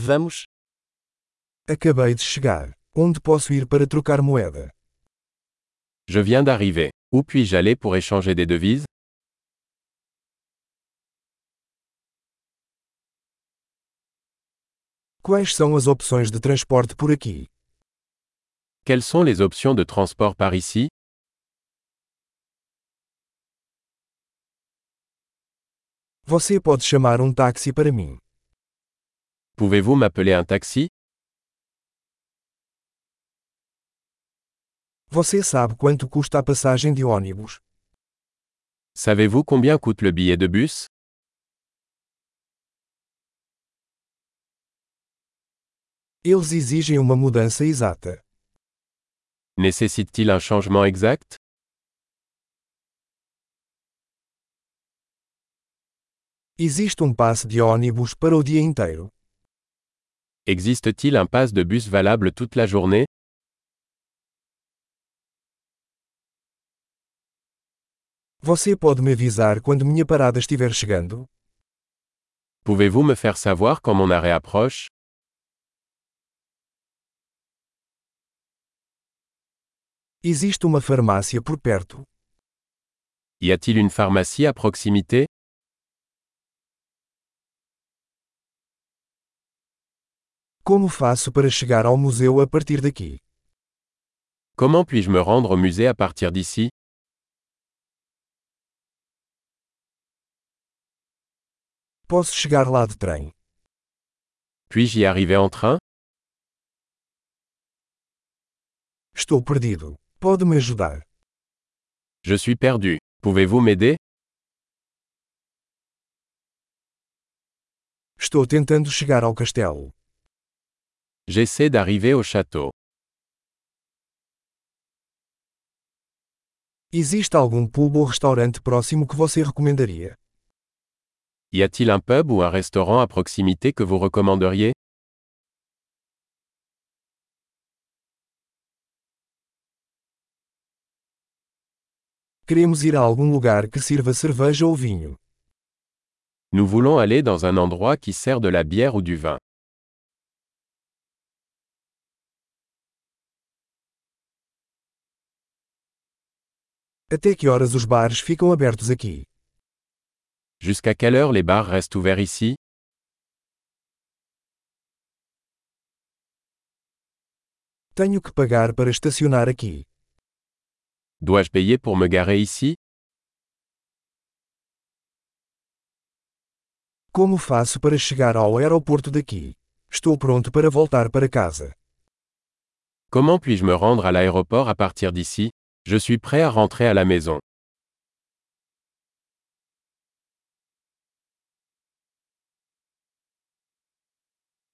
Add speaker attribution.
Speaker 1: Vamos.
Speaker 2: Acabei de chegar. Onde posso ir para trocar moeda?
Speaker 3: Je viens d'arriver. Où puis-je aller pour échanger des devises
Speaker 2: Quais são as opções de transporte por aqui?
Speaker 3: Quelles sont les options de transport par ici
Speaker 2: Você pode chamar um táxi para mim.
Speaker 3: Pouvez-vous m'appeler un taxi
Speaker 2: Você sabe quanto custa a passagem de ônibus?
Speaker 3: Savez-vous combien coûte le billet de bus
Speaker 2: Eles exigem uma mudança exata.
Speaker 3: Nécessite-t-il un changement exact
Speaker 2: Existe um passe de ônibus para o dia inteiro.
Speaker 3: Existe-t-il un pass de bus valable toute la journée
Speaker 2: Você pode me avisar quando minha parada estiver chegando?
Speaker 3: Pouvez-vous me faire savoir quand mon arrêt approche
Speaker 2: Existe uma farmácia por perto.
Speaker 3: Y a-t-il une pharmacie à proximité
Speaker 2: Como faço para chegar ao museu a partir daqui?
Speaker 3: Comment puis-je me rendre au musée à partir d'ici
Speaker 2: Posso chegar lá de trem.
Speaker 3: Puis-je y arriver en train
Speaker 2: Estou perdido. Pode me ajudar?
Speaker 3: Je suis perdu. Pouvez-vous m'aider
Speaker 2: Estou tentando chegar ao castelo.
Speaker 3: J'essaie d'arriver au château.
Speaker 2: Existe algum pub ou restaurante próximo que você recomendaria?
Speaker 3: Y a-t-il un pub ou un restaurant à proximité que vous recommanderiez
Speaker 2: Queremos ir a algum lugar que sirva cerveja ou vinho.
Speaker 3: Nous voulons aller dans un endroit qui sert de la bière ou du vin.
Speaker 2: Até que horas os bares ficam abertos aqui?
Speaker 3: Jusqu'à quelle heure les bars restent ouverts ici
Speaker 2: Tenho que pagar para estacionar aqui.
Speaker 3: Dois-je payer pour me garer ici
Speaker 2: Como faço para chegar ao aeroporto daqui? Estou pronto para voltar para casa.
Speaker 3: Comment puis-je me rendre à l'aéroport à partir d'ici Je suis prêt à rentrer à la maison.